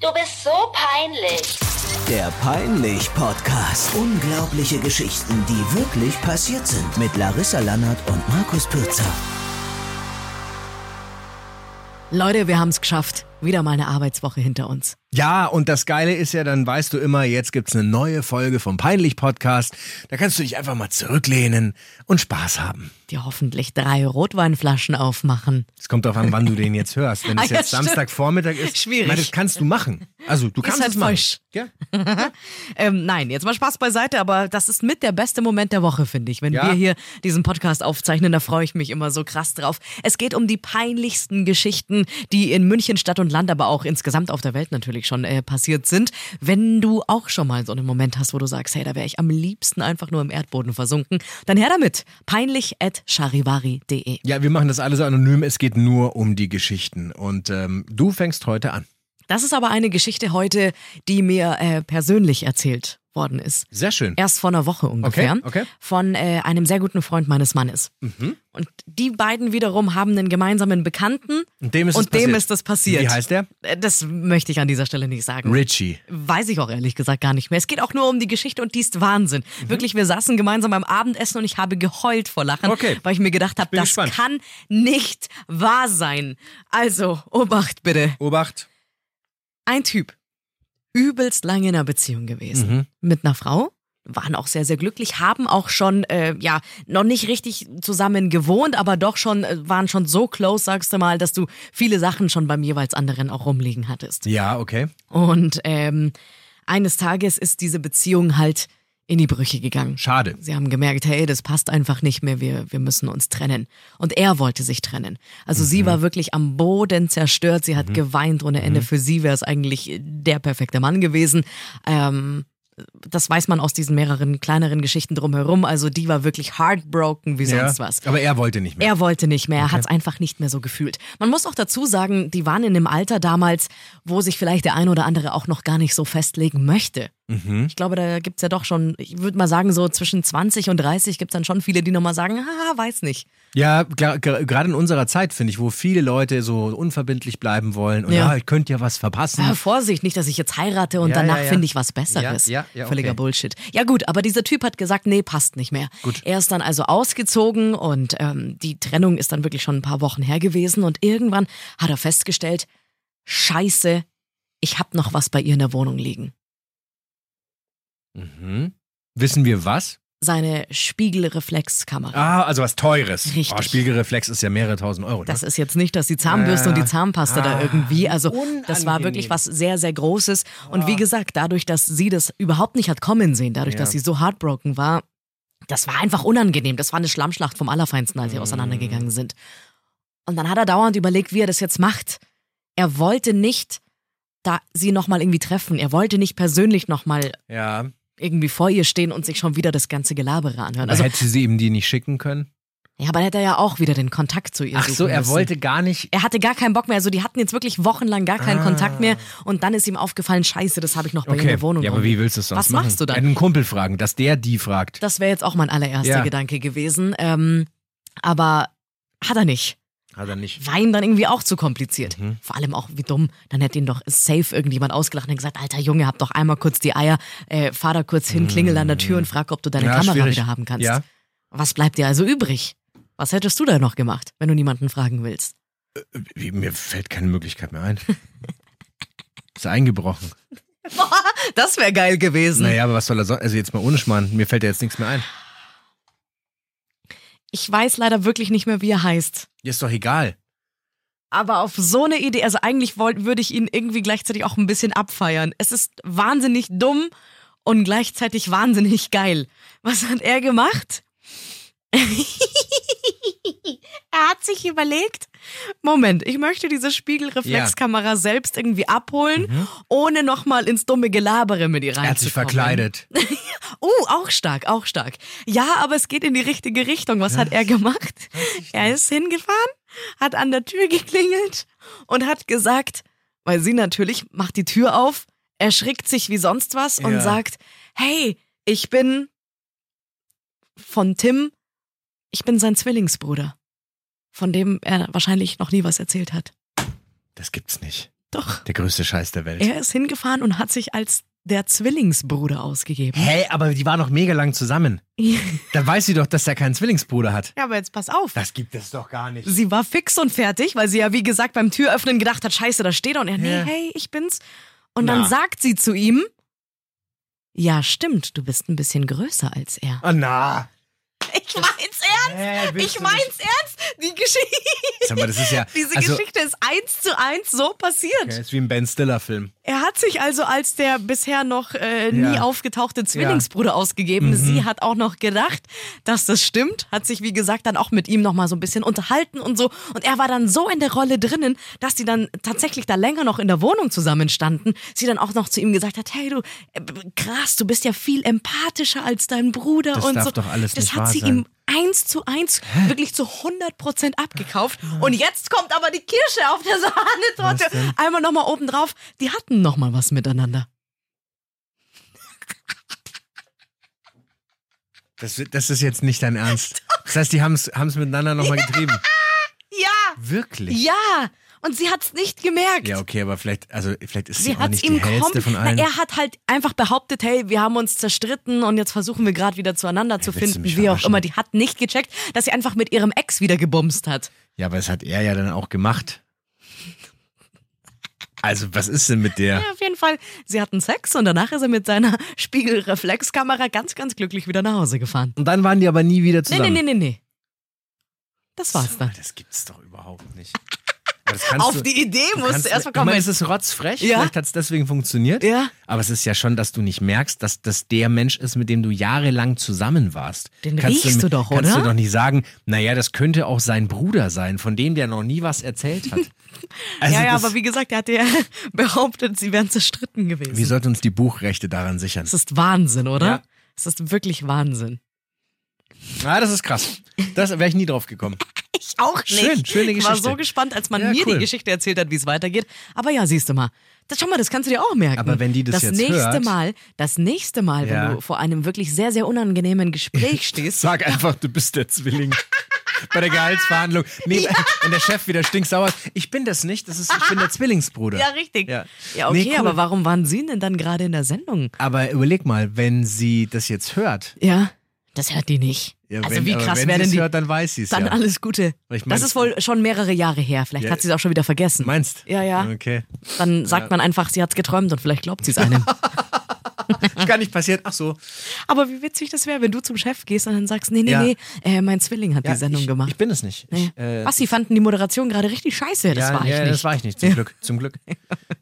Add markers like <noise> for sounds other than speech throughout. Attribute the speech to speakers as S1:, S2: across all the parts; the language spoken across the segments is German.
S1: Du bist so peinlich.
S2: Der Peinlich-Podcast. Unglaubliche Geschichten, die wirklich passiert sind. Mit Larissa Lannert und Markus Pürzer.
S3: Leute, wir haben es geschafft. Wieder mal eine Arbeitswoche hinter uns.
S4: Ja, und das Geile ist ja, dann weißt du immer, jetzt gibt's eine neue Folge vom Peinlich Podcast. Da kannst du dich einfach mal zurücklehnen und Spaß haben.
S3: Die hoffentlich drei Rotweinflaschen aufmachen.
S4: Es kommt darauf an, wann du den jetzt hörst.
S3: <laughs>
S4: Wenn
S3: Ah,
S4: es
S3: ja,
S4: jetzt
S3: stimmt.
S4: Samstagvormittag ist,
S3: Schwierig.
S4: ich Meine, das kannst du machen. Also, du kannst
S3: halt
S4: es machen.
S3: falsch.
S4: Ja?
S3: Ähm, nein, jetzt mal Spaß beiseite, aber das ist mit der beste Moment der Woche, finde ich. Wenn
S4: Ja.
S3: wir hier diesen Podcast aufzeichnen, da freue ich mich immer so krass drauf. Es geht um die peinlichsten Geschichten, die in München Stadt und Land, aber auch insgesamt auf der Welt natürlich schon äh, passiert sind. Wenn du auch schon mal so einen Moment hast, wo du sagst, hey, da wäre ich am liebsten einfach nur im Erdboden versunken, dann her damit. Peinlich at charivari.de.
S4: ja, wir machen das alles anonym. Es geht nur um die Geschichten. Und ähm, du fängst heute an.
S3: Das ist aber eine Geschichte heute, die mir äh, persönlich erzählt worden ist.
S4: Sehr schön.
S3: Erst vor einer Woche ungefähr.
S4: okay. Mhm.
S3: Von äh, einem sehr guten Freund meines Mannes. Und die beiden wiederum haben einen gemeinsamen Bekannten.
S4: Und dem ist
S3: und
S4: es passiert.
S3: dem ist das passiert.
S4: Wie heißt der?
S3: Äh, Das möchte ich an dieser Stelle nicht sagen.
S4: Richie.
S3: Weiß ich auch ehrlich gesagt gar nicht mehr. Es geht auch nur um die Geschichte und die ist Wahnsinn.
S4: Mhm.
S3: Wirklich, wir saßen gemeinsam beim Abendessen und ich habe geheult vor Lachen,
S4: Okay.
S3: weil ich mir gedacht habe,
S4: bin
S3: das
S4: gespannt.
S3: kann nicht wahr sein. Also, Obacht bitte
S4: Obacht.
S3: ein Typ, übelst lange in einer Beziehung gewesen mit einer Frau, waren auch sehr, sehr glücklich, haben auch schon, äh, ja, noch nicht richtig zusammen gewohnt, aber doch schon, äh, waren schon so close, sagst du mal, dass du viele Sachen schon beim jeweils anderen auch rumliegen hattest.
S4: Ja, okay.
S3: Und ähm, eines Tages ist diese Beziehung halt in die Brüche gegangen.
S4: Schade.
S3: Sie haben gemerkt, hey, das passt einfach nicht mehr, wir, wir müssen uns trennen. Und er wollte sich trennen. Also sie war wirklich am Boden zerstört, sie hat geweint ohne Ende. Für sie wäre es eigentlich der perfekte Mann gewesen. Ähm, das weiß man aus diesen mehreren kleineren Geschichten drumherum. Also die war wirklich heartbroken wie sonst
S4: ja.
S3: was.
S4: Aber er wollte nicht mehr.
S3: Er wollte nicht mehr, er hat es einfach nicht mehr so gefühlt. Man muss auch dazu sagen, die waren in dem Alter damals, wo sich vielleicht der ein oder andere auch noch gar nicht so festlegen möchte. Ich glaube, da gibt's ja doch schon, ich würde mal sagen, so zwischen 20 und 30 gibt's dann schon viele, die nochmal sagen, <laughs> haha, weiß nicht.
S4: Ja, klar, ger- gerade in unserer Zeit, finde ich, wo viele Leute so unverbindlich bleiben wollen und
S3: Ja.
S4: ja, ich könnte ja was verpassen.
S3: Ah, Vorsicht, nicht, dass ich jetzt heirate und
S4: Ja,
S3: danach
S4: ja, ja.
S3: finde ich was Besseres.
S4: Ja, ja, ja,
S3: Völliger
S4: okay.
S3: Bullshit. Ja gut, aber dieser Typ hat gesagt, nee, passt nicht mehr.
S4: Gut.
S3: Er ist dann also ausgezogen und ähm, die Trennung ist dann wirklich schon ein paar Wochen her gewesen und irgendwann hat er festgestellt, scheiße, ich hab noch was bei ihr in der Wohnung liegen.
S4: Mhm. Wissen wir was?
S3: Seine Spiegelreflexkamera.
S4: Ah, also was Teures.
S3: Richtig.
S4: Oh, Spiegelreflex ist ja mehrere tausend Euro.
S3: Das
S4: ne?
S3: ist jetzt nicht, dass die Zahnbürste und die
S4: Ah.
S3: Zahnpasta da
S4: Ah.
S3: irgendwie, also das war
S4: Unangenehm.
S3: wirklich was sehr, sehr Großes. Und wie gesagt, dadurch, dass sie das überhaupt nicht hat kommen sehen, dadurch,
S4: Ja.
S3: dass sie so heartbroken war, das war einfach unangenehm. Das war eine Schlammschlacht vom Allerfeinsten,
S4: Mhm.
S3: als sie auseinandergegangen sind. Und dann hat er dauernd überlegt, wie er das jetzt macht. Er wollte nicht da sie nochmal irgendwie treffen. Er wollte nicht persönlich nochmal
S4: ja.
S3: irgendwie vor ihr stehen und sich schon wieder das ganze Gelabere anhören.
S4: Aber
S3: Also,
S4: hätte sie ihm die nicht schicken können?
S3: ja, aber dann hätte er ja auch wieder den Kontakt zu ihr
S4: Ach so,
S3: suchen
S4: er
S3: müssen.
S4: wollte gar nicht.
S3: Er hatte gar keinen Bock mehr. Also die hatten jetzt wirklich wochenlang gar keinen
S4: Ah.
S3: Kontakt mehr. Und dann ist ihm aufgefallen, scheiße, das habe ich noch bei ihm in
S4: Okay.
S3: der Wohnung.
S4: ja, aber
S3: rumliegen.
S4: wie willst du es sonst
S3: Was
S4: machen?
S3: machst du dann?
S4: Einen Kumpel fragen, dass der die fragt.
S3: Das wäre jetzt auch mein allererster
S4: Ja.
S3: Gedanke gewesen. Ähm, aber hat er nicht.
S4: Hat er nicht.
S3: War ihm dann irgendwie auch zu kompliziert.
S4: Mhm.
S3: Vor allem auch, wie dumm. Dann hätte ihn doch safe irgendjemand ausgelacht und gesagt, alter Junge, hab doch einmal kurz die Eier, äh, fahr da kurz hin, klingel an der Tür und frag, ob du deine
S4: Mhm. Ja,
S3: Kamera
S4: schwierig.
S3: wieder haben kannst.
S4: Ja.
S3: Was bleibt dir also übrig? Was hättest du da noch gemacht, wenn du niemanden fragen willst?
S4: Wie, mir fällt keine Möglichkeit mehr
S3: <laughs>
S4: ein. ist eingebrochen.
S3: Das wäre geil gewesen.
S4: Naja, aber was soll er sonst? Also jetzt mal ohne Schmarrn. Mir fällt ja jetzt nichts mehr ein.
S3: Ich weiß leider wirklich nicht mehr, wie er heißt.
S4: Ist doch egal.
S3: Aber auf so eine Idee, also eigentlich wollt, würde ich ihn irgendwie gleichzeitig auch ein bisschen abfeiern. Es ist wahnsinnig dumm und <laughs> gleichzeitig wahnsinnig geil. Was hat er gemacht? Er hat sich überlegt, Moment, ich möchte diese Spiegelreflexkamera selbst irgendwie abholen, ohne nochmal ins dumme Gelabere mit ihr reinzukommen.
S4: Mhm. Er hat sich verkleidet.
S3: Oh, auch stark, auch stark. Ja, aber es geht in die richtige Richtung. Was hat er gemacht? Er ist hingefahren, hat an der Tür geklingelt und hat gesagt, weil sie natürlich macht die Tür auf, erschrickt sich wie sonst was und
S4: Ja.
S3: sagt, hey, ich bin von Tim, ich bin sein Zwillingsbruder, von dem er wahrscheinlich noch nie was erzählt hat.
S4: Das gibt's nicht.
S3: Doch,
S4: Der größte Scheiß der Welt.
S3: er ist hingefahren und hat sich als der Zwillingsbruder ausgegeben.
S4: Hä, aber die waren noch mega lang zusammen.
S3: Ja,
S4: Dann weiß sie doch, dass er keinen Zwillingsbruder hat.
S3: aber jetzt pass auf.
S4: Das gibt es doch gar nicht.
S3: Sie war fix und fertig, weil sie ja, wie gesagt, beim Türöffnen gedacht hat, scheiße, da steht er. Und er, nee,
S4: Ja.
S3: hey, ich bin's. Und dann
S4: Na.
S3: sagt sie zu ihm, ja, stimmt, du bist ein bisschen größer als
S4: <laughs>
S3: er.
S4: Ah, na.
S3: Ich mein's ernst.
S4: Hä, willst
S3: Ich
S4: du nicht?
S3: mein's ernst. Die Geschichte,
S4: Sag mal, das ist ja.
S3: <laughs> diese
S4: also,
S3: Geschichte ist eins zu eins so passiert.
S4: Ja, ist wie ein Ben Stiller-Film.
S3: Er hat sich also als der bisher noch äh, nie
S4: Ja. Mhm.
S3: aufgetauchte Zwillingsbruder ausgegeben. Sie hat auch noch gedacht, dass das stimmt, hat sich wie gesagt dann auch mit ihm noch mal so ein bisschen unterhalten und so. Und er war dann so in der Rolle drinnen, dass die dann tatsächlich da länger noch in der Wohnung zusammen standen. Sie dann auch noch zu ihm gesagt hat, hey du, äh, b- krass, du bist ja viel empathischer als dein Bruder
S4: Das
S3: und
S4: darf
S3: so.
S4: doch alles
S3: das
S4: nicht
S3: hat
S4: wahr
S3: sie
S4: sein.
S3: ihm eins zu eins wirklich zu 100 Prozent abgekauft. Und jetzt kommt aber die Kirsche auf der
S4: Was
S3: Sahnetorte.
S4: denn?
S3: Einmal nochmal oben drauf. Die hatten nochmal was miteinander.
S4: Das, das ist jetzt nicht dein Ernst. Das heißt, die haben es miteinander nochmal getrieben.
S3: Ja,
S4: Wirklich?
S3: ja. Und sie hat's nicht gemerkt.
S4: Ja, okay, aber vielleicht, also, vielleicht ist sie,
S3: Sie
S4: auch
S3: hat's
S4: nicht
S3: ihm
S4: die hellste
S3: komplett.
S4: von allen.
S3: Na, er hat halt einfach behauptet, hey, wir haben uns zerstritten und jetzt versuchen wir gerade wieder zueinander zu
S4: willst du
S3: finden,
S4: mich
S3: wie auch
S4: verarschen?
S3: immer. Die hat nicht gecheckt, dass sie einfach mit ihrem Ex wieder gebumst hat.
S4: ja, aber das hat er ja dann auch gemacht. Also, was ist denn mit der?
S3: Ja, auf jeden Fall. Sie hatten Sex und danach ist er mit seiner <laughs> Spiegelreflexkamera ganz, ganz glücklich wieder nach Hause gefahren.
S4: Und dann waren die aber nie wieder
S3: Nee,
S4: zusammen.
S3: nee, nee, nee, nee. Das war's dann.
S4: Das gibt's doch überhaupt nicht. Aber das kannst
S3: Auf
S4: du-
S3: die Idee
S4: Du
S3: musst
S4: kannst-
S3: du erstmal
S4: Ich
S3: kommen.
S4: meine, es ist rotzfrech,
S3: Ja.
S4: vielleicht hat es deswegen funktioniert.
S3: Ja.
S4: Aber es ist ja schon, dass du nicht merkst, dass das der Mensch ist, mit dem du jahrelang zusammen warst.
S3: Den
S4: kannst
S3: riechst du
S4: du
S3: doch,
S4: Kannst
S3: oder?
S4: du doch nicht sagen, naja, das könnte auch sein Bruder sein, von dem der noch nie was erzählt hat.
S3: <laughs>
S4: Also
S3: ja, ja,
S4: das,
S3: aber wie gesagt, er hat ja <laughs> behauptet, sie wären zerstritten gewesen.
S4: wir sollten uns die Buchrechte daran sichern.
S3: Es ist Wahnsinn, oder?
S4: Ja.
S3: Es ist wirklich Wahnsinn.
S4: Ah, das ist krass. Das wäre ich nie drauf gekommen.
S3: Ich auch nicht.
S4: Schön, schöne
S3: Ich war so
S4: Geschichte.
S3: gespannt, als man
S4: Ja,
S3: mir die
S4: cool.
S3: Geschichte erzählt hat, wie es weitergeht. Aber ja, siehst du mal. Das, schau mal, das kannst du dir auch merken.
S4: Aber wenn die das jetzt
S3: nächste
S4: hört-
S3: Mal, Das nächste Mal,
S4: Ja.
S3: wenn du vor einem wirklich sehr, sehr unangenehmen <laughs> Gespräch stehst,
S4: Sag einfach, du bist der Zwilling. Bei der Gehaltsverhandlung. Nee, Wenn der Chef wieder stinksauer ist. Ich bin das nicht, das ist, ich bin der Zwillingsbruder.
S3: Ja, richtig. Ja,
S4: Ja.
S3: okay,
S4: Nee, cool.
S3: aber warum waren Sie denn dann gerade in der Sendung?
S4: Aber überleg mal, wenn sie das jetzt hört.
S3: Ja, das hört die nicht.
S4: Ja,
S3: also
S4: wenn,
S3: wie
S4: aber
S3: krass
S4: wenn
S3: wäre
S4: sie
S3: denn
S4: es
S3: die?
S4: hört, dann weiß sie es
S3: dann
S4: ja.
S3: alles Gute.
S4: Ich mein-
S3: das ist wohl schon mehrere Jahre her. Vielleicht
S4: Ja.
S3: hat sie es auch schon wieder vergessen.
S4: Meinst?
S3: Ja, ja.
S4: Okay.
S3: Dann sagt man einfach, sie hat es geträumt und vielleicht glaubt sie es
S4: <laughs>
S3: einem.
S4: Ist gar nicht passiert. Ach so.
S3: aber wie witzig das wäre, wenn du zum Chef gehst und dann sagst, nee, nee,
S4: Ja.
S3: nee, äh, mein Zwilling hat
S4: Ja,
S3: die Sendung
S4: ich,
S3: gemacht.
S4: Ich bin es nicht. Ich,
S3: Ja.
S4: äh,
S3: Was, sie fanden die Moderation gerade richtig scheiße? Das
S4: ja,
S3: war ich
S4: ja,
S3: nicht.
S4: Das war ich nicht, zum Glück.
S3: <laughs>
S4: Zum Glück.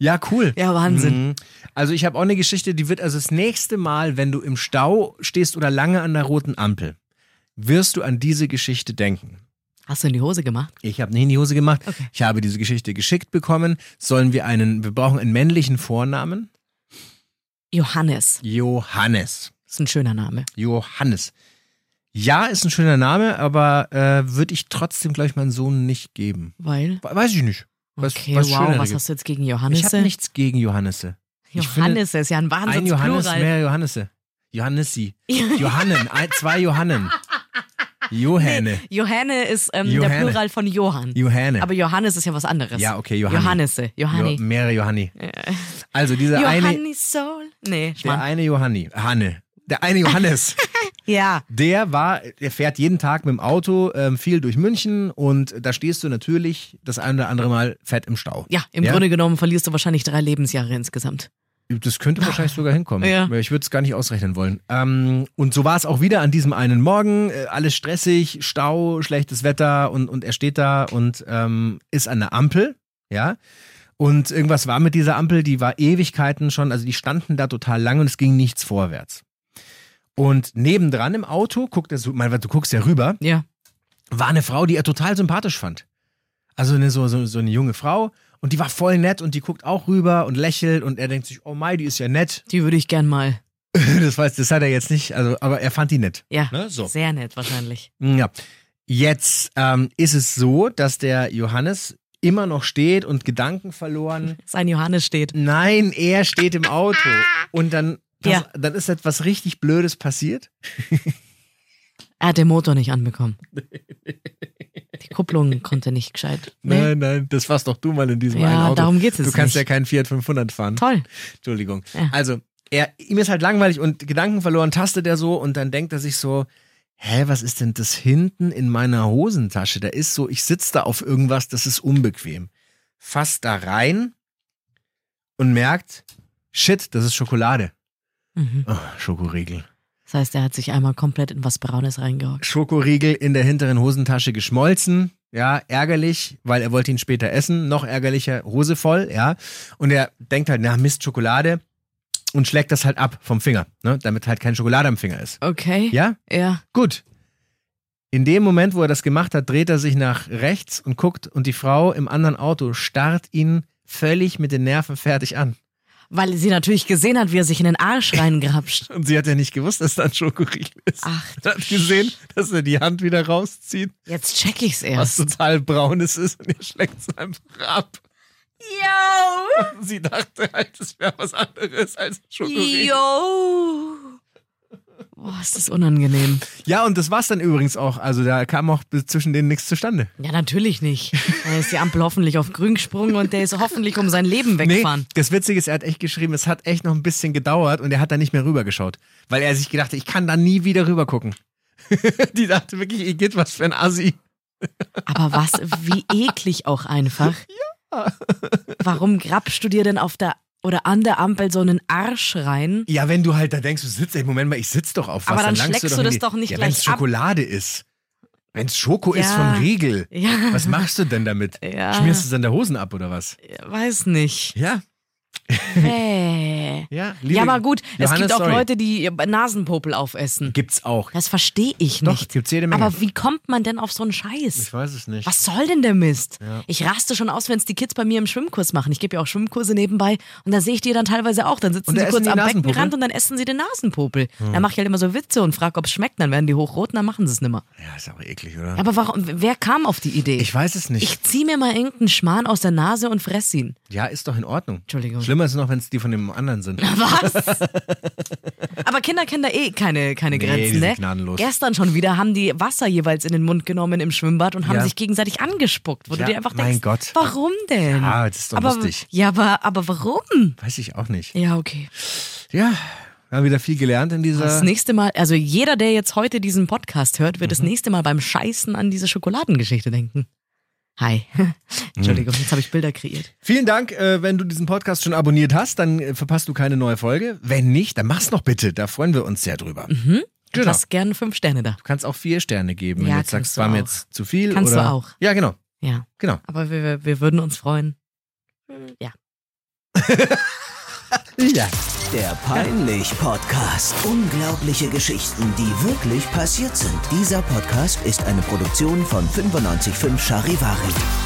S4: Ja, cool.
S3: Ja, Wahnsinn.
S4: Mhm. Also ich habe auch eine Geschichte, die wird also das nächste Mal, wenn du im Stau stehst oder lange an der roten Ampel, wirst du an diese Geschichte denken.
S3: Hast du in die Hose gemacht?
S4: Ich habe nicht in die Hose gemacht. Ich habe diese Geschichte geschickt bekommen. Sollen wir einen, wir brauchen einen männlichen Vornamen.
S3: Johannes.
S4: Johannes.
S3: Ist ein schöner Name.
S4: Johannes. Ja, ist ein schöner Name, aber äh, würde ich trotzdem, glaube ich, meinen Sohn nicht geben.
S3: Weil.
S4: We- Weiß ich nicht. Was,
S3: Okay,
S4: was
S3: wow,
S4: Schönere
S3: was
S4: gibt.
S3: hast du jetzt gegen
S4: Ich
S3: Johannisse?
S4: habe nichts gegen Johannisse. Ich finde,
S3: Johannisse ist ja ein Wahnsinns
S4: Ein Johannes,
S3: Plural.
S4: mehr Johannisse. Johannissi. Johannen, ein, zwei Johannen. Johanne.
S3: Johanne ist ähm, der
S4: Johanne.
S3: Plural von Johann.
S4: Johanne.
S3: Aber Johannes ist ja was anderes.
S4: Ja, okay, Johanni.
S3: Johannisse.
S4: jo,
S3: Johanni.
S4: mehrere Johanni. Also dieser eine,
S3: Johanni Soul. Nee,
S4: der
S3: Schmarrn.
S4: eine Johanni, Hanne. Der eine Johannes.
S3: <laughs> Ja.
S4: Der war, der fährt jeden Tag mit dem Auto ähm, viel durch München und da stehst du natürlich das ein oder andere Mal fett im Stau.
S3: Ja, im Grunde genommen verlierst du wahrscheinlich drei Lebensjahre insgesamt.
S4: Das könnte wahrscheinlich sogar hinkommen.
S3: Ja.
S4: Ich würde es gar nicht ausrechnen wollen. Ähm, und so war es auch wieder an diesem einen Morgen. Äh, alles stressig, Stau, schlechtes Wetter und, und er steht da und ähm, ist an der Ampel. Ja. Und irgendwas war mit dieser Ampel, die war Ewigkeiten schon, also die standen da total lang und es ging nichts vorwärts. Und nebendran im Auto guckt er so, mein, du guckst ja rüber
S3: Ja.
S4: war eine Frau, die er total sympathisch fand. Also eine, so, so, so eine junge Frau und die war voll nett und die guckt auch rüber und lächelt und er denkt sich, oh Mai, die ist ja nett. <laughs>
S3: Die würde ich gern mal.
S4: Das weiß, das hat er jetzt nicht, also, aber er fand die nett.
S3: Ja,
S4: Ne, so.
S3: sehr nett wahrscheinlich.
S4: Ja. Jetzt ähm, ist es so, dass der Johannes immer noch steht und Gedanken verloren.
S3: Sein Johannes steht.
S4: Nein, er steht im Auto. Und dann, pass-
S3: Ja.
S4: dann ist etwas richtig Blödes passiert.
S3: Er hat den Motor nicht
S4: <laughs>
S3: anbekommen. Die Kupplung konnte nicht gescheit. Nee.
S4: Nein, nein, das warst doch du mal in diesem
S3: Ja,
S4: einen Auto.
S3: darum geht's jetzt
S4: Du kannst
S3: nicht.
S4: ja keinen Fiat 500 fahren.
S3: Toll.
S4: Entschuldigung.
S3: Ja.
S4: Also, er, ihm ist halt langweilig und Gedanken verloren, tastet er so und dann denkt er sich so, hä, was ist denn das hinten in meiner Hosentasche? Da ist so, ich sitze da auf irgendwas, das ist unbequem. Fasst da rein und merkt, shit, das ist Schokolade.
S3: Mhm.
S4: Oh, Schokoriegel.
S3: Das heißt, er hat sich einmal komplett in was Braunes reingehockt.
S4: Schokoriegel in der hinteren Hosentasche geschmolzen. Ja, ärgerlich, weil er wollte ihn später essen. Noch ärgerlicher, Hose voll, ja. Und er denkt halt, na Mist, Schokolade. Und schlägt das halt ab vom Finger, ne? damit halt keine Schokolade am Finger ist.
S3: Okay.
S4: Ja,
S3: Ja.
S4: gut. In dem Moment, wo er das gemacht hat, dreht er sich nach rechts und guckt und die Frau im anderen Auto starrt ihn völlig mit den Nerven fertig an.
S3: Weil sie natürlich gesehen hat, wie er sich in den Arsch reingrapscht.
S4: Und sie hat ja nicht gewusst, dass da ein Schokoriegel ist.
S3: Ach,
S4: Sie hat gesehen, dass er die Hand wieder rauszieht
S3: jetzt check ich's
S4: was
S3: erst.
S4: total braunes ist und ihr schlägt es einfach ab.
S3: Yo!
S4: Sie dachte halt, es wäre was anderes als Schokoriegel.
S3: Yo! Boah, ist das unangenehm.
S4: Ja, und das war's dann übrigens auch. Also da kam auch bis zwischen denen nichts zustande.
S3: Ja, natürlich nicht. Da ist die Ampel hoffentlich auf grün gesprungen und der ist hoffentlich um sein Leben weggefahren.
S4: das Witzige ist, er hat echt geschrieben, es hat echt noch ein bisschen gedauert und er hat da nicht mehr rübergeschaut, weil er sich gedacht, hat, ich kann da nie wieder rüber gucken. <laughs> Die dachte wirklich, ihr geht was für ein Assi.
S3: Aber was, wie eklig auch einfach. Warum grapschst du dir denn auf der oder an der Ampel so einen Arsch rein?
S4: Ja, wenn du halt da denkst, du sitzt, ey, Moment mal, ich sitz doch auf was.
S3: Aber dann
S4: langst
S3: schlägst du das
S4: in die-
S3: doch nicht
S4: ja,
S3: gleich
S4: wenn's
S3: ab.
S4: Schokolade ist. Wenn's Schoko ist
S3: Ja.
S4: vom Riegel.
S3: Ja,
S4: Was machst du denn damit?
S3: <laughs> Ja.
S4: Schmierst du es an der Hosen ab oder was?
S3: weiß nicht.
S4: Ja,
S3: Hey.
S4: ja. Liebe
S3: Ja, aber gut, es
S4: Johannes,
S3: gibt auch
S4: sorry.
S3: Leute, die Nasenpopel aufessen.
S4: Gibt's auch.
S3: Das verstehe ich
S4: Doch,
S3: nicht.
S4: gibt's jede Menge.
S3: Aber wie kommt man denn auf so einen Scheiß?
S4: Ich weiß es nicht.
S3: Was soll denn der Mist?
S4: Ja.
S3: Ich raste schon aus, wenn es die Kids bei mir im Schwimmkurs machen. Ich gebe ja auch Schwimmkurse nebenbei und da sehe ich die dann teilweise auch. Dann sitzen
S4: Und da
S3: sie
S4: essen
S3: kurz
S4: die Hm.
S3: am
S4: Nasenpopel?
S3: Beckenrand und dann essen sie den Nasenpopel. Dann mache ich halt immer so Witze und frage, ob es schmeckt. Dann werden die hochrot und dann machen sie es nimmer.
S4: Ja, ist auch eklig, oder?
S3: Aber warum, wer kam auf die Idee?
S4: Ich weiß es nicht.
S3: Ich zieh mir mal irgendeinen Schmarrn aus der Nase und fress ihn.
S4: ja, ist doch in Ordnung.
S3: Entschuldigung.
S4: Schlimmer ist noch, wenn es die von dem anderen sind.
S3: <laughs> Was? Aber Kinder kennen da eh keine, keine
S4: Nee,
S3: Grenzen,
S4: die sind
S3: ne?
S4: gnadenlos.
S3: Gestern schon wieder haben die Wasser jeweils in den Mund genommen im Schwimmbad und haben
S4: Ja.
S3: sich gegenseitig angespuckt, wo
S4: Ja,
S3: du dir einfach
S4: mein
S3: denkst,
S4: Gott.
S3: warum denn?
S4: Ja, das ist doch
S3: aber,
S4: lustig.
S3: Ja, aber, aber warum?
S4: Weiß ich auch nicht.
S3: Ja, okay.
S4: Ja, wir haben wieder viel gelernt in dieser.
S3: Das nächste Mal, also jeder, der jetzt heute diesen Podcast hört, wird das
S4: Mhm.
S3: nächste Mal beim Scheißen an diese Schokoladengeschichte denken. Hi. <laughs> Entschuldigung,
S4: Mhm.
S3: jetzt habe ich Bilder kreiert.
S4: Vielen Dank, äh, wenn du diesen Podcast schon abonniert hast, dann äh, verpasst du keine neue Folge. Wenn nicht, dann mach's noch bitte. Da freuen wir uns sehr drüber.
S3: Mhm. Du
S4: Genau.
S3: hast gerne fünf Sterne da.
S4: Du kannst auch vier Sterne geben, wenn
S3: Ja,
S4: du jetzt
S3: kannst
S4: sagst,
S3: du
S4: war mir
S3: auch.
S4: jetzt zu viel.
S3: Kannst du
S4: oder
S3: auch.
S4: Ja, genau.
S3: Ja.
S4: Genau.
S3: Aber wir, wir, wir würden uns freuen. Ja.
S4: Ja.
S2: Der Peinlich-Podcast. Unglaubliche Geschichten, die wirklich passiert sind. Dieser Podcast ist eine Produktion von 955 Charivari.